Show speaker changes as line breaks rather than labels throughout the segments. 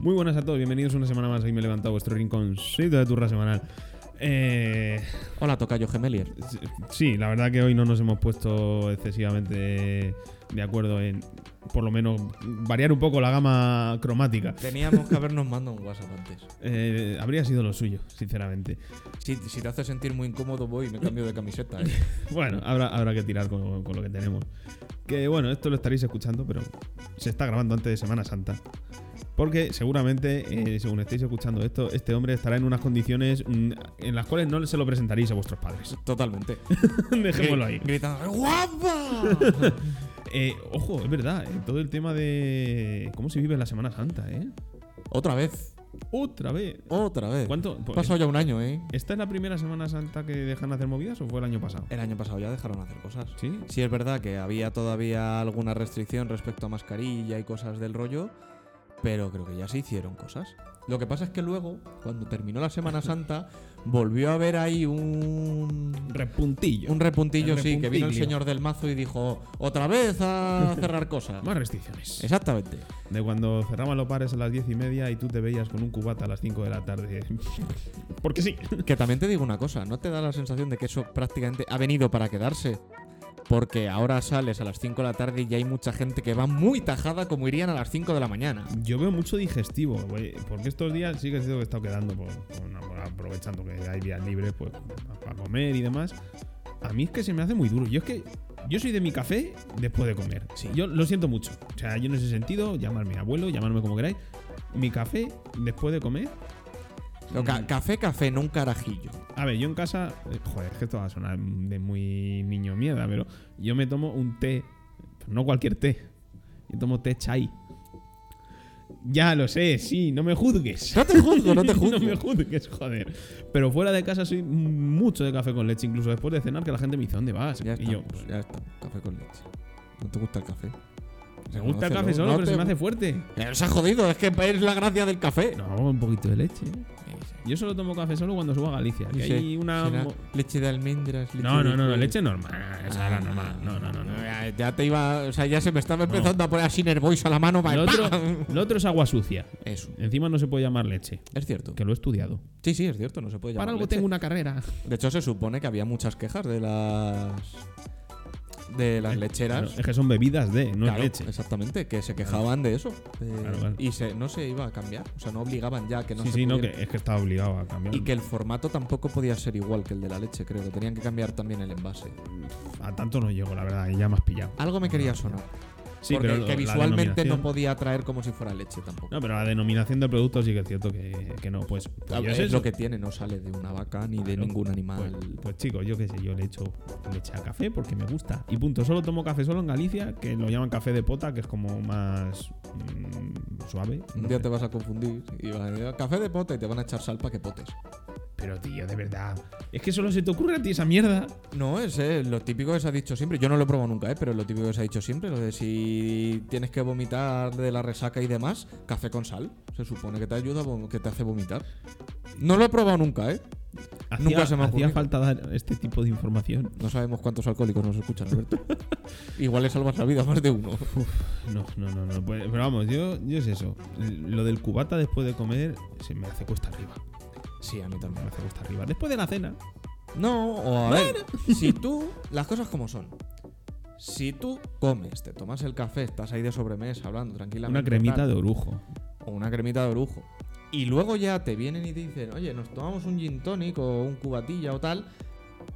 Muy buenas a todos, bienvenidos una semana más. Hoy me he levantado vuestro rinconcito de turra semanal. Eh,
Hola, Tocayo Gemelier.
sí, la verdad que hoy no nos hemos puesto excesivamente de acuerdo en, por lo menos, variar un poco la gama cromática.
Teníamos que habernos mandado un WhatsApp antes.
Eh, habría sido lo suyo, sinceramente.
Si, si te hace sentir muy incómodo, voy y me cambio de camiseta. ¿eh?
Bueno, habrá, habrá que tirar con, con lo que tenemos. Que bueno, esto lo estaréis escuchando, pero se está grabando antes de Semana Santa. Porque seguramente, eh, según estéis escuchando esto, este hombre estará en unas condiciones mm, en las cuales no se lo presentaréis a vuestros padres.
Totalmente.
Dejémoslo ahí.
Gritando, ¡guapa!
Eh, ojo, es verdad, eh, todo el tema de cómo se vive la Semana Santa, ¿eh?
Otra vez.
Otra vez.
Otra vez.
¿Cuánto? Pues,
Ha pasado ya un año, ¿eh?
¿Esta es la primera Semana Santa que dejan de hacer movidas o fue el año pasado?
El año pasado ya dejaron hacer cosas.
Sí.
Sí, es verdad que había todavía alguna restricción respecto a mascarilla y cosas del rollo, pero creo que ya se hicieron cosas. Lo que pasa es que luego, cuando terminó la Semana Santa, volvió a haber ahí un.
Repuntillo.
Un repuntillo,
El
sí, que vino el
repuntillo.
señor del mazo y dijo: Otra vez a cerrar cosas.
Más restricciones.
Exactamente.
De cuando cerraban los bares a las diez y media y tú te veías con un cubata a las 5 de la tarde. Porque sí.
Que también te digo una cosa, ¿no te da la sensación de que eso prácticamente ha venido para quedarse? Porque ahora sales a las 5 de la tarde y ya hay mucha gente que va muy tajada como irían a las 5 de la mañana.
Yo veo mucho digestivo, güey, porque estos días sí que es cierto que he estado quedando, por, por- no, por- aprovechando que hay días libres, pues para comer y demás. A mí es que se me hace muy duro. Yo es que yo soy de mi café después de comer.
Sí.
Yo lo siento mucho. O sea, yo en ese sentido, llamarme abuelo, llamarme como queráis. Mi café después de comer.
O
Mm.
ca- café, café, no un carajillo.
A ver, yo en casa, eh, joder, es que esto va a sonar de muy niño mierda, pero yo me tomo un té, pero no cualquier té. Yo tomo té chai. Ya lo sé, sí, no me juzgues.
No te juzgo, no te juzgo.
no me juzgues, joder. Pero fuera de casa soy mucho de café con leche, incluso después de cenar, que la gente me dice, ¿dónde vas?
Ya
y
está,
yo, pues,
ya está, café con leche. ¿No te gusta el café?
me gusta el café solo, pero se me hace fuerte.
hace... Eh, Se ha jodido, es que es la gracia del café.
No, un poquito de leche. Yo solo tomo café solo cuando subo a Galicia. Que
Dice,
hay una...
será
mo-
Leche de almendras, leche
No,
de Ah,
no, no, no,
cuál.
leche normal. Esa era normal. No, no, no. no.
Ya- Ya te iba, o sea, ya se me estaba empezando a poner Sinner Boys a la mano. para
Lo otro, lo otro es agua sucia.
Eso,
Encima no se puede llamar leche,
es cierto.
que lo he estudiado.
Sí, sí, es cierto, no se puede llamar. leche.
una carrera.
De hecho, se supone que había muchas quejas de las de las lecheras.
es que son bebidas de, Eh, no
Claro,
es leche.
Exactamente, que se quejaban de eso. de-
Claro, claro.
Y se, no se iba a cambiar. O sea, no obligaban ya que no
sí,
se
sí, no, que,
pudiera-
es que está obligado a cambiar.
Y que el formato tampoco podía ser igual que el de la leche, creo. Que tenían que cambiar también el envase.
A tanto no llego, la verdad, y ya me has pillado.
Algo me quería sonar.
Sí,
porque
pero lo-
que
la
visualmente no
denominación-
podía traer como si fuera leche tampoco.
No, pero la denominación del producto sí que es cierto que, que no, pues. pues
A
yo
ver,
sé
es lo
eso.
que tiene, no sale de una vaca ni de
Claro,
ningún
Pues,
animal.
pues, chicos, yo qué sé, yo le echo leche a café porque me gusta. Y punto, solo tomo café solo en Galicia, que lo llaman café de pota, que es como más mm, suave.
Un día te vas a confundir y vas a decir, café de pote y te van a echar sal para que potes.
Pero tío, de verdad. Es que solo se te ocurre a ti esa mierda.
No, es eh, lo típico que se ha dicho siempre. Yo no lo he probado nunca, eh, pero lo típico que se ha dicho siempre, lo de si tienes que vomitar de la resaca y demás, café con sal. Se supone que te ayuda, a vom- que te hace vomitar. No lo he probado nunca, ¿eh?
Hacía,
Nunca se me ha
hacía
ocurrido.
falta dar este tipo de información.
No sabemos cuántos alcohólicos nos escuchan, Alberto. Igual le salvas la vida a más de uno.
No, no, no, no. pues- pero vamos, yo, yo es eso. Lo del cubata después de comer se me hace cuesta arriba.
Sí, a mí
Me
también.
hace cuesta arriba. Después de la cena.
No, o a ver, si tú, las cosas como son. Si tú comes, te tomas el café, estás ahí de sobremesa hablando tranquilamente.
Una cremita
tal,
de orujo.
o una cremita de orujo. Y luego ya te vienen y te dicen, oye, nos tomamos un gin tonic o un cubatilla o tal.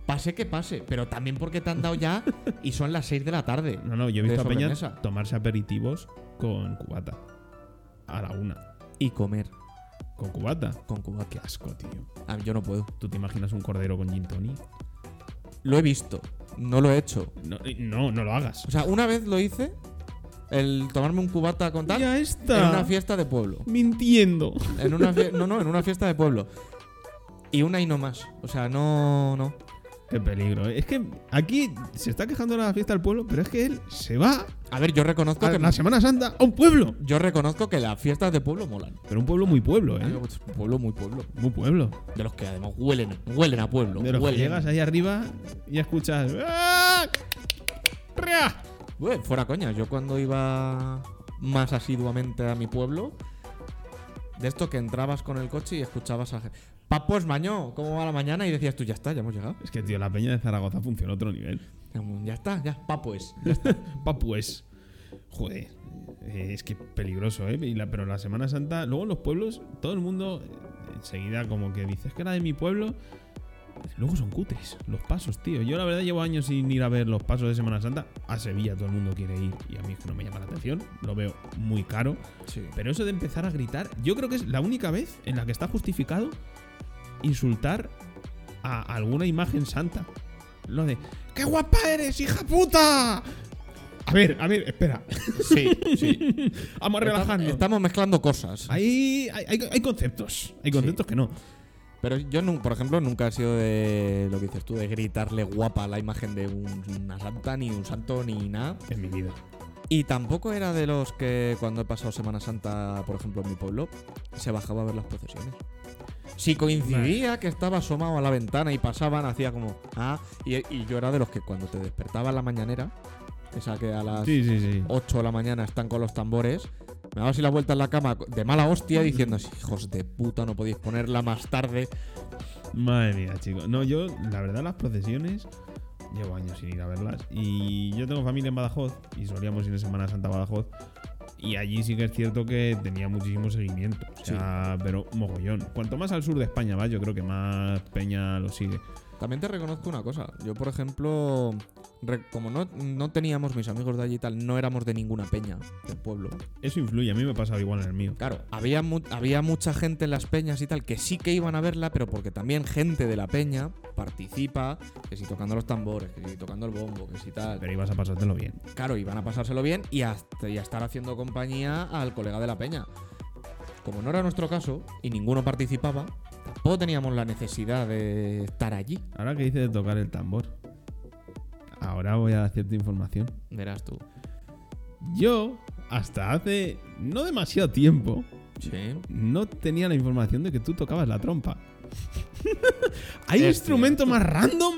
Pase que pase, pero también porque te han dado ya y son las 6 de la tarde.
No, no, yo he
De
visto a Peña
sobremesa.
tomarse aperitivos con cubata. A la una.
Y comer
Con cubata.
con cubata.
Qué asco, tío.
A mí yo no puedo.
¿Tú te imaginas un cordero con gin tonic?
Lo he visto, no lo he hecho.
No, eh, no, no lo hagas.
O sea, una vez lo hice, el tomarme un cubata con tal,
Ya
en una
está.
fiesta de pueblo.
Mintiendo.
En una fie- no, no, en una fiesta de pueblo. Y una y no más. O sea, no, no.
Qué peligro. ¿eh? Es que aquí se está quejando la fiesta del pueblo, pero es que él se va
A ver, yo reconozco
a
que
la Semana Santa a un pueblo.
yo reconozco que las fiestas de pueblo molan.
Pero un pueblo muy pueblo, ¿eh?
Es un Pueblo muy pueblo.
Muy pueblo.
De los que además huelen, huelen a pueblo.
De los que
huelen.
llegas ahí arriba y escuchas. ¡Ah! ¡Rea!
Bueno, fuera coña, yo cuando iba más asiduamente a mi pueblo, De esto que entrabas con el coche y escuchabas a. gente, Papos, maño, ¿cómo va la mañana? Y decías tú, ya está, ya hemos llegado.
Es que, tío, la peña de Zaragoza funciona a otro nivel.
Ya está, ya, papos.
Pa' pues. Joder. eh, Es que peligroso, ¿eh? Y la- pero la Semana Santa, luego en los pueblos, todo el mundo eh, enseguida como que dices que era de mi pueblo. Luego son cutres los pasos, tío. Yo la verdad llevo años sin ir a ver los pasos de Semana Santa. A Sevilla todo el mundo quiere ir y a mí es que no me llama la atención. Lo veo muy caro.
Sí.
Pero eso de empezar a gritar, yo creo que es la única vez en la que está justificado insultar a alguna imagen santa. Lo de, ¡qué guapa eres, hija puta! A ver, a ver, espera.
Sí, sí.
Vamos a relajarnos.
Estamos mezclando cosas.
Hay, hay, hay- hay conceptos. Hay conceptos que no.
Pero yo, nu- por ejemplo, nunca he sido de lo que dices tú, de gritarle guapa a la imagen de un- una santa, ni un santo, ni nada.
En mi vida.
Y tampoco era de los que cuando he pasado Semana Santa, por ejemplo, en mi pueblo, se bajaba a ver las procesiones. Si coincidía que estaba asomado a la ventana y pasaban, hacía como, ah, y, y yo era de los que cuando te despertaba en la mañanera, esa que a las
Sí, sí, sí.
8 de la mañana están con los tambores, me daba así la vuelta en la cama de mala hostia diciendo, así, hijos de puta, no podéis ponerla más tarde.
Madre mía, chicos. No, yo, la verdad, las procesiones llevo años sin ir a verlas. Y yo tengo familia en Badajoz y solíamos ir en Semana Santa a Badajoz. Y allí sí que es cierto que tenía muchísimo seguimiento. O sea, pero mogollón. Cuanto más al sur de España vas, yo creo que más peña lo sigue.
También te reconozco una cosa. Yo, por ejemplo, re- como no, no teníamos mis amigos de allí y tal, no éramos de ninguna peña del pueblo.
Eso influye, a mí me pasaba igual en el mío.
Claro, había, mu- había mucha gente en las peñas y tal que sí que iban a verla, pero porque también gente de la peña participa, que si tocando los tambores, que si tocando el bombo, que si tal.
Pero ibas a pasártelo bien.
Claro, iban a pasárselo bien y a, y a estar haciendo compañía al colega de la peña. Como no era nuestro caso y ninguno participaba, tampoco teníamos la necesidad de estar allí.
Ahora que dices de tocar el tambor, ahora voy a dar cierta información.
Verás tú.
Yo, hasta hace no demasiado tiempo,
Sí.
no tenía la información de que tú tocabas la trompa. ¿Hay
Es
instrumento más random?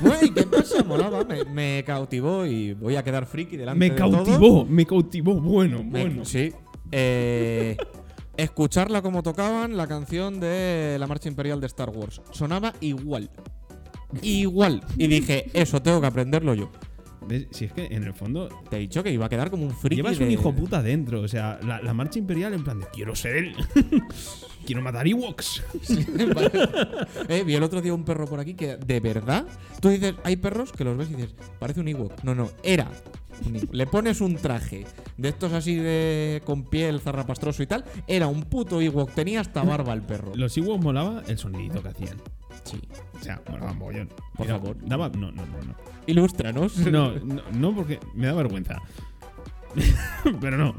Güey, ¿qué pasa? Molaba, me, me cautivó y voy a quedar friki delante
Me
de todos.
cautivó, me cautivó. Bueno,
Me-
bueno.
Sí. Eh, escucharla como tocaban la canción de la marcha imperial de Star Wars. Sonaba igual. Igual. Y dije, eso tengo que aprenderlo yo.
¿Ves? Si es que en el fondo
Te he dicho que iba a quedar como un friki.
llevas un
de-
hijo puta dentro. O sea, la, la marcha imperial en plan de quiero ser él. quiero matar Ewoks.
Eh, vi el otro día un perro por aquí que, de verdad, tú dices, hay perros que los ves y dices, parece un Ewok. No, no, era. un Ewok. Le pones un traje de estos así de con piel zarrapastroso y tal, era un puto Ewok, tenía hasta barba el perro.
Los Ewoks molaba el sonidito que hacían.
Sí.
O sea, molaba mogollón.
Por
Era-
favor.
Daba. No, no, no, no.
Ilústranos.
No, no, no, porque me da vergüenza. Pero no.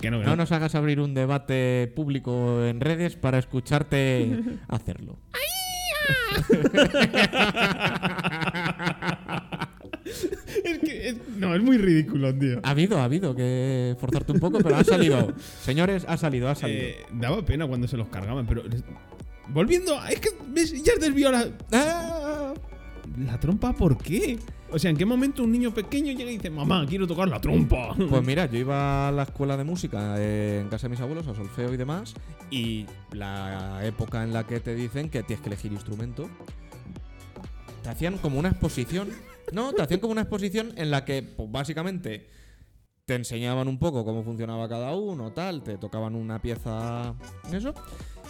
Que no, que
No nos hagas abrir un debate público en redes para escucharte hacerlo.
Es que es- no, es muy ridículo, tío.
Ha habido, ha habido que forzarte un poco, pero ha salido. Señores, ha salido, ha salido.
Eh, daba pena cuando se los cargaban, pero. les- Volviendo, a- es que ¿ves? ya desvió la.
¡Ah!
¿La trompa por qué? O sea, ¿en qué momento un niño pequeño llega y dice, mamá, quiero tocar la trompa?
Pues mira, yo iba a la escuela de música eh, en casa de mis abuelos, a solfeo y demás, y la época en la que te dicen que tienes que elegir instrumento, te hacían como una exposición. No, te hacían como una exposición en la que, pues básicamente, te enseñaban un poco cómo funcionaba cada uno, tal, te tocaban una pieza, eso.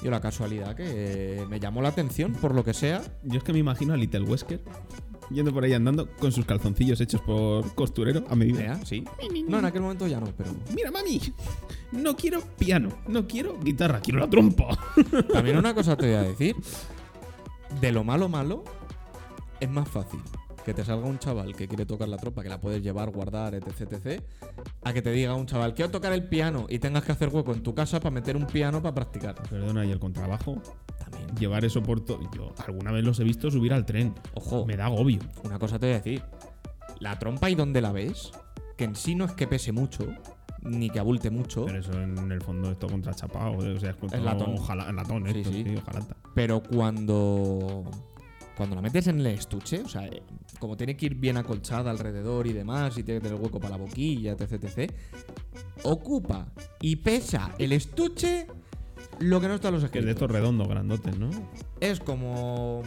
Yo la casualidad que eh, me llamó la atención, por lo que sea,
Yo es que me imagino a Little Wesker yendo por ahí andando con sus calzoncillos hechos por costurero a medida.
vea, sí. No, en aquel momento ya no, pero
Mira, mami, no quiero piano, no quiero guitarra, quiero la trompa.
También una cosa te voy a decir. De lo malo malo, es más fácil que te salga un chaval que quiere tocar la tropa, que la puedes llevar, guardar, etc, etc, a que te diga un chaval, quiero tocar el piano y tengas que hacer hueco en tu casa para meter un piano para practicar.
Perdona, y el contrabajo,
También.
llevar eso por todo. Yo alguna vez los he visto subir al tren.
Ojo,
Me da agobio.
una cosa te voy a decir. La trompa y donde la ves, que en sí no es que pese mucho, ni que abulte mucho,
Pero eso en el fondo esto contrachapado, o sea, es contra
Es latón.
Ojalá, latón,
Sí,
esto,
sí.
sí, ojalata.
pero cuando cuando la metes en el estuche, o sea, eh, como tiene que ir bien acolchada alrededor y demás, y tiene que tener hueco para la boquilla, etc, etc, ocupa y pesa el estuche Lo que no está en los
Que es de estos
escritos.
redondos, grandotes, ¿no?
Es como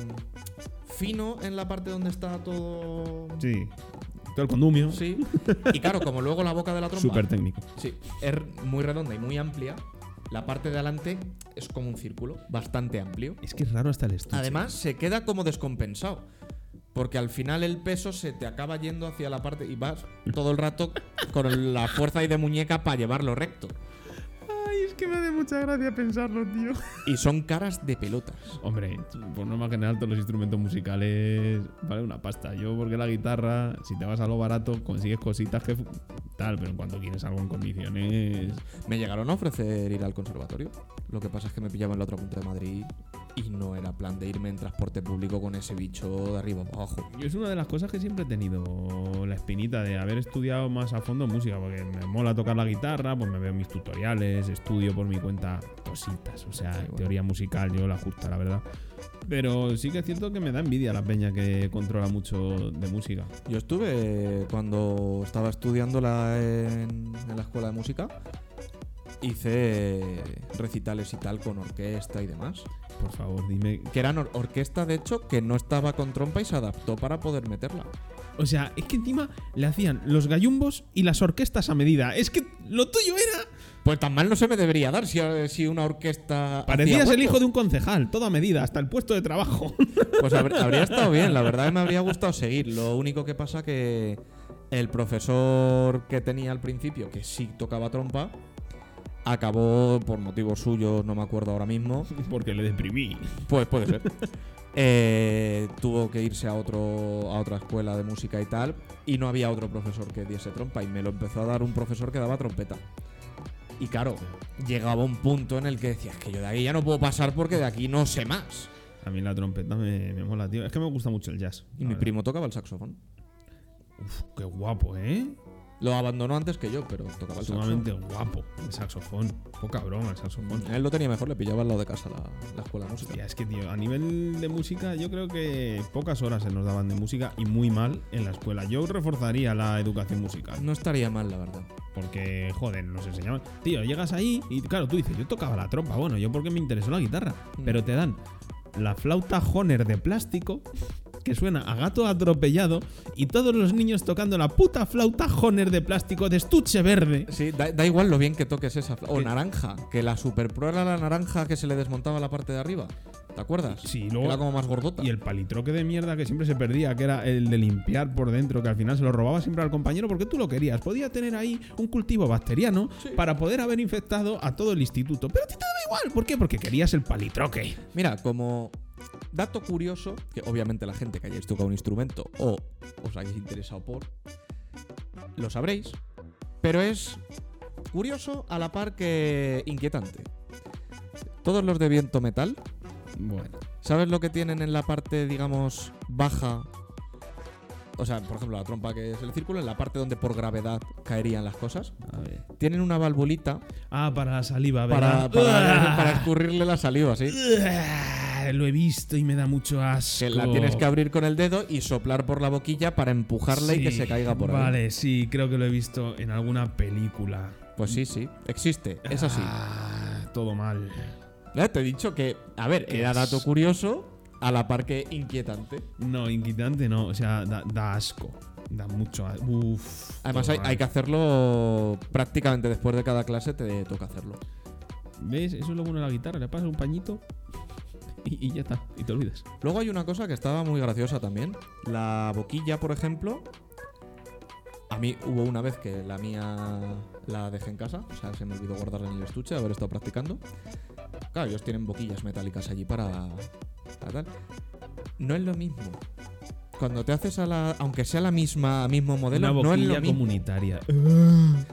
fino en la parte donde está todo.
Sí. Todo el condumio.
Sí. Y claro, como luego la boca de la trompa.
Súper técnico.
Sí, es muy redonda y muy amplia. La parte de adelante es como un círculo, bastante amplio.
Es que es raro hasta el estuche.
Además, se queda como descompensado. Porque al final el peso se te acaba yendo hacia la parte y vas todo el rato con el- la fuerza y de muñeca para llevarlo recto.
Ay, es que me hace mucha gracia pensarlo, tío.
Y son caras de pelotas.
Hombre, por norma general todos los instrumentos musicales vale una pasta. Yo porque la guitarra, si te vas a lo barato, consigues cositas que fu- tal, pero en cuanto quieres algo en condiciones...
Me llegaron a ofrecer ir al conservatorio. Lo que pasa es que me pillaba en la otra punta de Madrid y no era plan de irme en transporte público con ese bicho de arriba para abajo.
Yo es una de las cosas que siempre he tenido la espinita de haber estudiado más a fondo música, porque me mola tocar la guitarra, pues me veo mis tutoriales, estudio por mi cuenta cositas, o sea,
Sí, bueno.
teoría musical yo la justa, la verdad. Pero sí que es cierto que me da envidia la peña que controla mucho de música.
Yo estuve cuando estaba estudiando la- en, en la escuela de música. Hice recitales y tal con orquesta y demás.
Por favor, dime.
Que eran or- orquesta, de hecho, que no estaba con trompa y se adaptó para poder meterla.
O sea, es que encima le hacían los gallumbos y las orquestas a medida. Es que lo tuyo era.
Pues tan mal no se me debería dar si, eh, si una orquesta. hacía
Parecías el
hueco.
hijo de un concejal, todo a medida, hasta el puesto de trabajo.
Pues habr- habría estado bien, la verdad que me habría gustado seguir. Lo único que pasa que el profesor que tenía al principio, que sí tocaba trompa, acabó por motivos suyos, no me acuerdo ahora mismo.
Porque le deprimí.
Pues puede ser. Eh, tuvo que irse a otro a otra escuela de música y tal y no había otro profesor que diese trompa y me lo empezó a dar un profesor que daba trompeta y claro llegaba un punto en el que decías que yo de aquí ya no puedo pasar porque de aquí no sé más
A mí la trompeta me, me mola, tío. Es que me gusta mucho el jazz.
y
la
mi
verdad.
primo tocaba el saxofón
Uf, qué guapo, ¿eh?
Lo abandonó antes que yo, pero tocaba el
Sumamente guapo. El saxofón. Poca broma, el saxofón.
saxofón. Él lo tenía mejor, le pillaba al lado de casa la, la escuela de música.
Hostia, es que, tío, a nivel de música, yo creo que pocas horas se nos daban de música y muy mal en la escuela. Yo reforzaría la educación musical.
No estaría mal, la verdad.
Porque, joder, nos enseñaban. Tío, llegas ahí y, claro, tú dices, yo tocaba la trompa. Bueno, yo porque me interesó la guitarra.
Mm.
Pero te dan la flauta Honer de plástico que suena a gato atropellado y todos los niños tocando la puta flauta Honer de plástico de estuche verde.
Sí, da, da igual lo bien que toques esa. fla- O
Que-
naranja, que la superpro era la naranja que se le desmontaba la parte de arriba. ¿Te acuerdas?
Sí,
Que
luego-
Era como más gordota.
Y el palitroque de mierda que siempre se perdía, que era el de limpiar por dentro, que al final se lo robaba siempre al compañero porque tú lo querías. Podía tener ahí un cultivo bacteriano para poder haber infectado a todo el instituto. Pero a ti te daba igual. ¿Por qué? Porque querías el palitroque.
Mira, como dato curioso, que obviamente la gente que hayáis tocado un instrumento o os hayáis interesado por, lo sabréis, pero es curioso a la par que inquietante. Todos los de viento metal,
Bueno,
¿sabes lo que tienen en la parte, digamos, baja? O sea, por ejemplo, la trompa que es el círculo, en la parte donde por gravedad caerían las cosas,
a ver.
tienen una valvulita
Ah, para la saliva,
para,
¿verdad?
para,
¡Uah!
para escurrirle la saliva, ¿sí?
¡Uah! Lo he visto y me da mucho asco.
Que la tienes que abrir con el dedo y soplar por la boquilla para empujarla y que
Sí,
se caiga por ahí.
Vale, sí, creo que lo he visto en alguna película.
Pues sí, sí. Existe, es así.
Ah, todo mal.
Ya Te he dicho que, a ver, era dato curioso a la par que inquietante.
No, inquietante no, o sea, da, da asco. Da mucho asco. Uf.
Además,
todo
hay,
mal.
hay que hacerlo prácticamente después de cada clase, te toca hacerlo.
¿Ves? Eso es lo bueno de la guitarra. Le pasas un pañito y, y ya está. Y te olvidas.
Luego hay una cosa que estaba muy graciosa también. La boquilla, por ejemplo. A mí hubo una vez que la mía la dejé en casa. O sea, se me olvidó guardarla en el estuche, haber estado practicando. Claro, ellos tienen boquillas metálicas allí para, para tal. No es lo mismo. Cuando te haces a la. Aunque sea la misma mismo modelo,
Una
no es
boquilla
lo mismo. Ah.
comunitaria.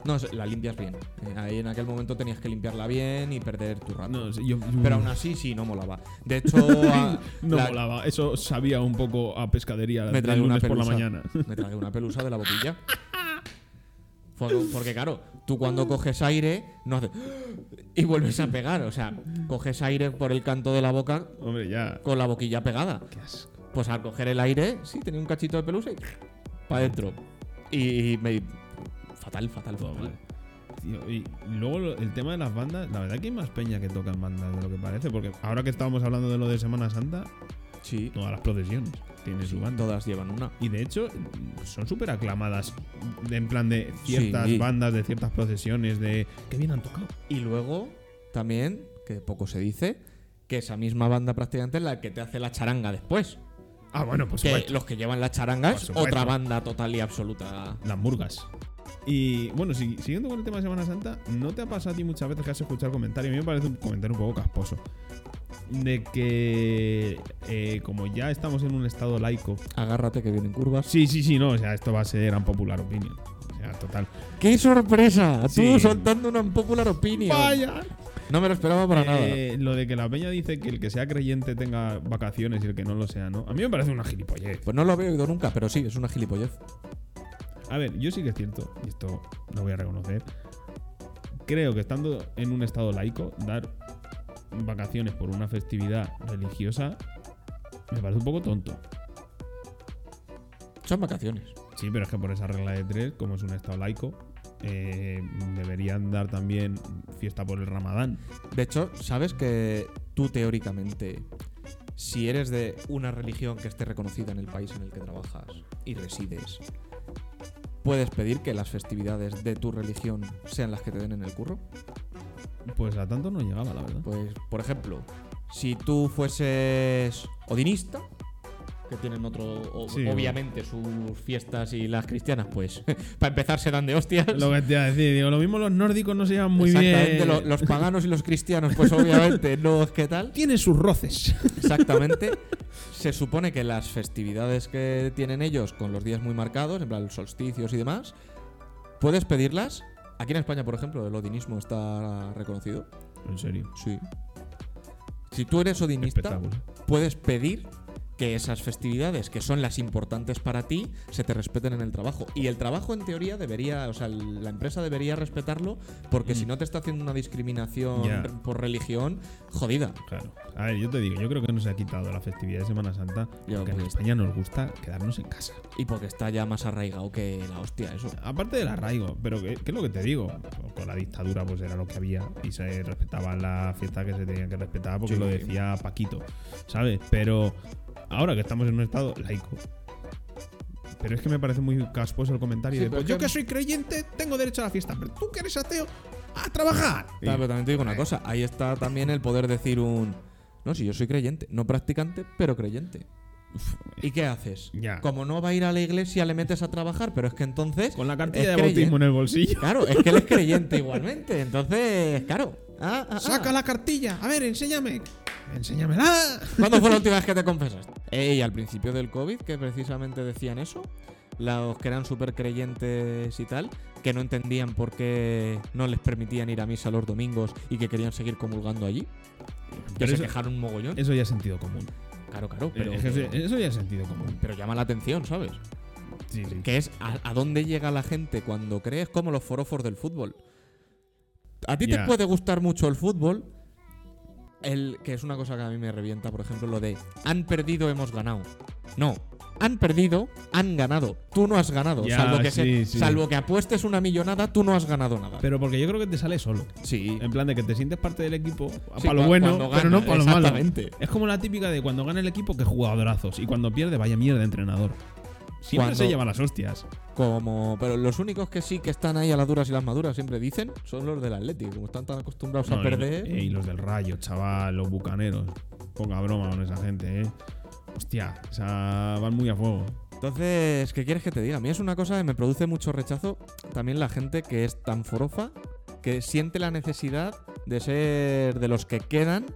No, la limpias bien. Eh, Ahí en aquel momento tenías que limpiarla bien y perder tu rato.
No, sí, yo, mm,
Pero aún así sí, no molaba. De hecho, a-
No
la-
molaba. Eso sabía un poco a pescadería
Me
del
tragué una
lunes por la
pelusa.
mañana.
Me tragué una pelusa de la boquilla. Fue algo- Porque claro, tú cuando coges aire, no haces... Y vuelves a pegar. O sea, coges aire por el canto de la boca
Hombre, ya.
con la boquilla pegada.
Qué asco.
Pues al coger el aire, sí, tenía un cachito de pelusa y... Para adentro. Y me... Fatal, fatal,
Todo
fatal.
mal. Tío, y luego lo- el tema de las bandas, la verdad que hay más peña que tocan bandas de lo que parece, porque ahora que estábamos hablando de lo de Semana Santa,
Sí,
todas las procesiones tienen su banda.
todas llevan una.
Y de hecho, son súper aclamadas. de- En plan de ciertas
Sí.
bandas, de ciertas procesiones, de. que bien han tocado!
Y luego, también, que poco se dice, que esa misma banda prácticamente es la que te hace la charanga después.
Ah, bueno, pues
Que los que llevan la charanga
Por
es
supuesto.
otra banda total y absoluta.
las murgas. Y bueno, si- siguiendo con el tema de Semana Santa, ¿no te ha pasado a ti muchas veces que has escuchado comentarios? A mí me parece un comentario un poco casposo. De que eh, como ya estamos en un estado laico.
Agárrate que vienen curvas.
Sí, sí, sí, no. O sea, esto va a ser un popular opinion. O sea, total.
¡Qué sorpresa! Tú
Sí.
soltando una popular opinion. No me lo esperaba para nada.
Eh, Lo de que la peña dice que el que sea creyente tenga vacaciones y el que no lo sea, ¿no? A mí me parece una gilipollez.
Pues no lo había oído nunca, pero sí, es una gilipollez.
A ver, yo sí que es cierto, y esto lo voy a reconocer. Creo que estando en un estado laico, dar vacaciones por una festividad religiosa me parece un poco tonto.
Son vacaciones.
Sí, pero es que por esa regla de tres, como es un estado laico, eh, deberían dar también fiesta por el ramadán.
De hecho, ¿sabes que tú teóricamente, si eres de una religión que esté reconocida en el país en el que trabajas y resides, puedes pedir que las festividades de tu religión sean las que te den en el curro?
Pues a tanto no llegaba, la verdad.
Pues, por ejemplo, si tú fueses odinista, que tienen otro, o-
Sí,
obviamente sus fiestas y las cristianas, pues, para empezar se dan de hostias.
Lo que te iba a decir, digo, lo mismo los nórdicos no se llevan muy
Exactamente,
bien.
lo- los paganos y los cristianos, pues obviamente no es que tal.
Tienen sus roces.
Exactamente. Se supone que las festividades que tienen ellos con los días muy marcados, en plan los solsticios y demás, puedes pedirlas. Aquí en España, por ejemplo, el odinismo está reconocido.
En serio.
Sí. Si tú eres odinista,
Espectáculo.
puedes pedir que esas festividades, que son las importantes para ti, se te respeten en el trabajo. Y el trabajo, en teoría, debería, o sea, el- la empresa debería respetarlo, porque si no te está haciendo una
Mm.
discriminación
Ya.
por religión, jodida.
Claro. A ver, yo te digo, yo creo que nos ha quitado la festividad de Semana Santa
Ya,
porque en
pues.
España nos gusta quedarnos en casa.
Y porque está ya más arraigado que la hostia, eso.
Aparte del arraigo, pero ¿qué, qué es lo que te digo? Con la dictadura pues era lo que había y se respetaban las fiestas que se tenían que respetar porque
Sí.
lo decía Paquito, ¿sabes? Pero ahora que estamos en un estado laico. Pero es que me parece muy casposo el comentario
Sí,
de
pero
pues,
es
yo
que-
que soy creyente tengo derecho a la fiesta, pero tú que eres ateo, a trabajar. Y-
Claro, pero también te digo una cosa, ahí está también el poder decir un... No, si yo soy creyente, no practicante, pero creyente. ¿Y qué haces?
Ya.
Como no va a ir a la iglesia, le metes a trabajar, pero es que entonces...
Con la cartilla
es
de
creyente.
bautismo en el bolsillo.
Claro, es que él es creyente igualmente, entonces, claro. Ah, ah, ah.
Saca la cartilla, a ver, enséñame. Enséñamela.
¿Cuándo fue la última vez que te confesaste? Ey, al principio del COVID, que precisamente decían eso, los que eran súper creyentes y tal, que no entendían por qué no les permitían ir a misa los domingos y que querían seguir comulgando allí, que
Pero
se Eh,
eso-
quejaron un mogollón.
Eso ya es sentido común.
Claro, claro, pero,
Es que eso- eso ya es sentido común.
pero llama la atención, ¿sabes?
Sí, sí.
Que es a, a dónde llega la gente cuando crees como los forofos del fútbol. A ti
Ya.
te puede gustar mucho el fútbol, el, que es una cosa que a mí me revienta, por ejemplo, lo de han perdido, hemos ganado. No, han perdido, han ganado. Tú no has ganado.
Ya,
salvo, que
sí, sí.
salvo que apuestes una millonada, tú no has ganado nada.
Pero porque yo creo que te sale solo.
sí,
En plan de que te sientes parte del equipo
Sí,
para lo
cua-
bueno,
cuando
pero
gana,
no para lo malo.
exactamente.
Es como la típica de cuando gana el equipo que jugadorazos y cuando pierde vaya mierda de entrenador. Siempre
Cuando-
se lleva las hostias.
como. Pero los únicos que sí que están ahí a las duras y las maduras siempre dicen son los del Atlético. Como están tan acostumbrados
No,
a
y-
perder.
eh, Y, los del Rayo, chaval, los bucaneros. Poca broma con esa gente, eh. Hostia, o sea, van muy a fuego.
Entonces, ¿qué quieres que te diga? A mí es una cosa que me produce mucho rechazo también la gente que es tan forofa que siente la necesidad de ser de los que quedan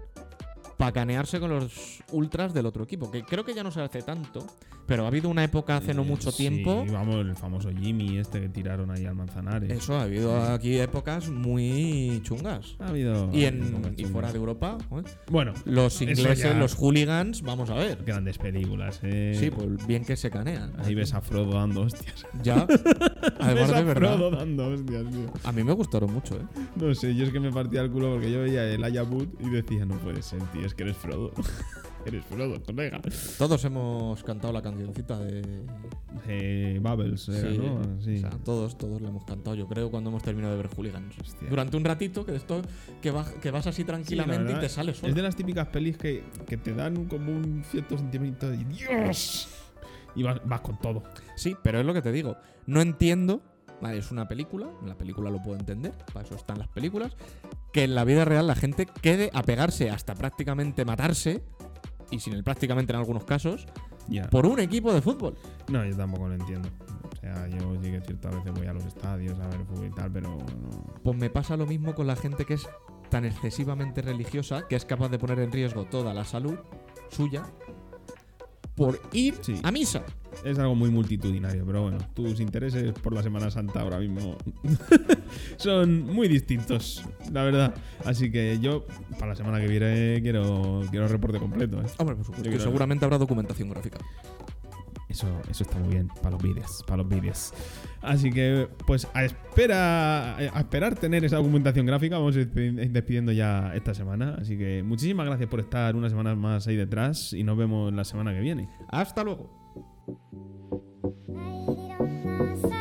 para canearse con los ultras del otro equipo, que creo que ya no se hace tanto, pero ha habido una época hace no
Eh,
mucho
sí,
tiempo. Eh,
vamos, el famoso Jimmy este que tiraron ahí al Manzanares.
Eso, ha habido aquí épocas muy chungas.
Ha habido.
Y,
ha habido
en,
cosas
y
chungas.
fuera de Europa, joder,
Bueno,
los
Eso
ingleses,
ya.
los hooligans, vamos a ver.
grandes películas, eh.
Sí, pues bien que se canean.
Ahí ves a Frodo dando hostias.
Ya. Además
ves a
de verdad.
Frodo dando hostias, tío.
A mí me gustaron mucho, ¿eh?
No sé, yo es que me partía el culo porque yo veía el Ayabut y decía, no puede ser, tío, es que eres Frodo. Eres frodo, colega.
Todos hemos cantado la cancioncita de.
Eh, Bubbles era,
Sí,
¿no? Sí.
o sea, todos, todos la hemos cantado, yo creo, cuando hemos terminado de ver Hooligans.
Hostia.
Durante un ratito, que de esto que, va- que vas así
Sí, la
tranquilamente y
verdad,
te sales
Es de
solo.
las típicas pelis que, que te dan como un cierto sentimiento de ¡Dios! Y vas, vas con todo.
Sí, pero es lo que te digo. No entiendo. Vale, es una película, en la película lo puedo entender, para eso están las películas. Que en la vida real la gente quede a pegarse hasta prácticamente matarse, y sin el prácticamente en algunos casos,
Ya.
por un equipo de fútbol.
No, yo tampoco lo entiendo. O sea, yo sí que es cierto, a veces voy a los estadios a ver fútbol y tal, pero no.
Pues me pasa lo mismo con la gente que es tan excesivamente religiosa que es capaz de poner en riesgo toda la salud suya por ir
Sí.
a misa.
es algo muy multitudinario. Pero bueno, tus intereses por la Semana Santa ahora mismo son muy distintos, la verdad. Así que yo, para la semana que viene, quiero, quiero reporte completo. ¿eh?
Hombre, por supuesto.
Yo
que
creo-
seguramente habrá documentación gráfica.
Eso, eso está muy bien para los vídeos, para los vídeos. Así que, pues a espera, a esperar tener esa documentación gráfica, vamos a ir despi- despidiendo ya esta semana. Así que muchísimas gracias por estar una semana más ahí detrás y nos vemos la semana que viene.
Hasta luego.
Light it on my side.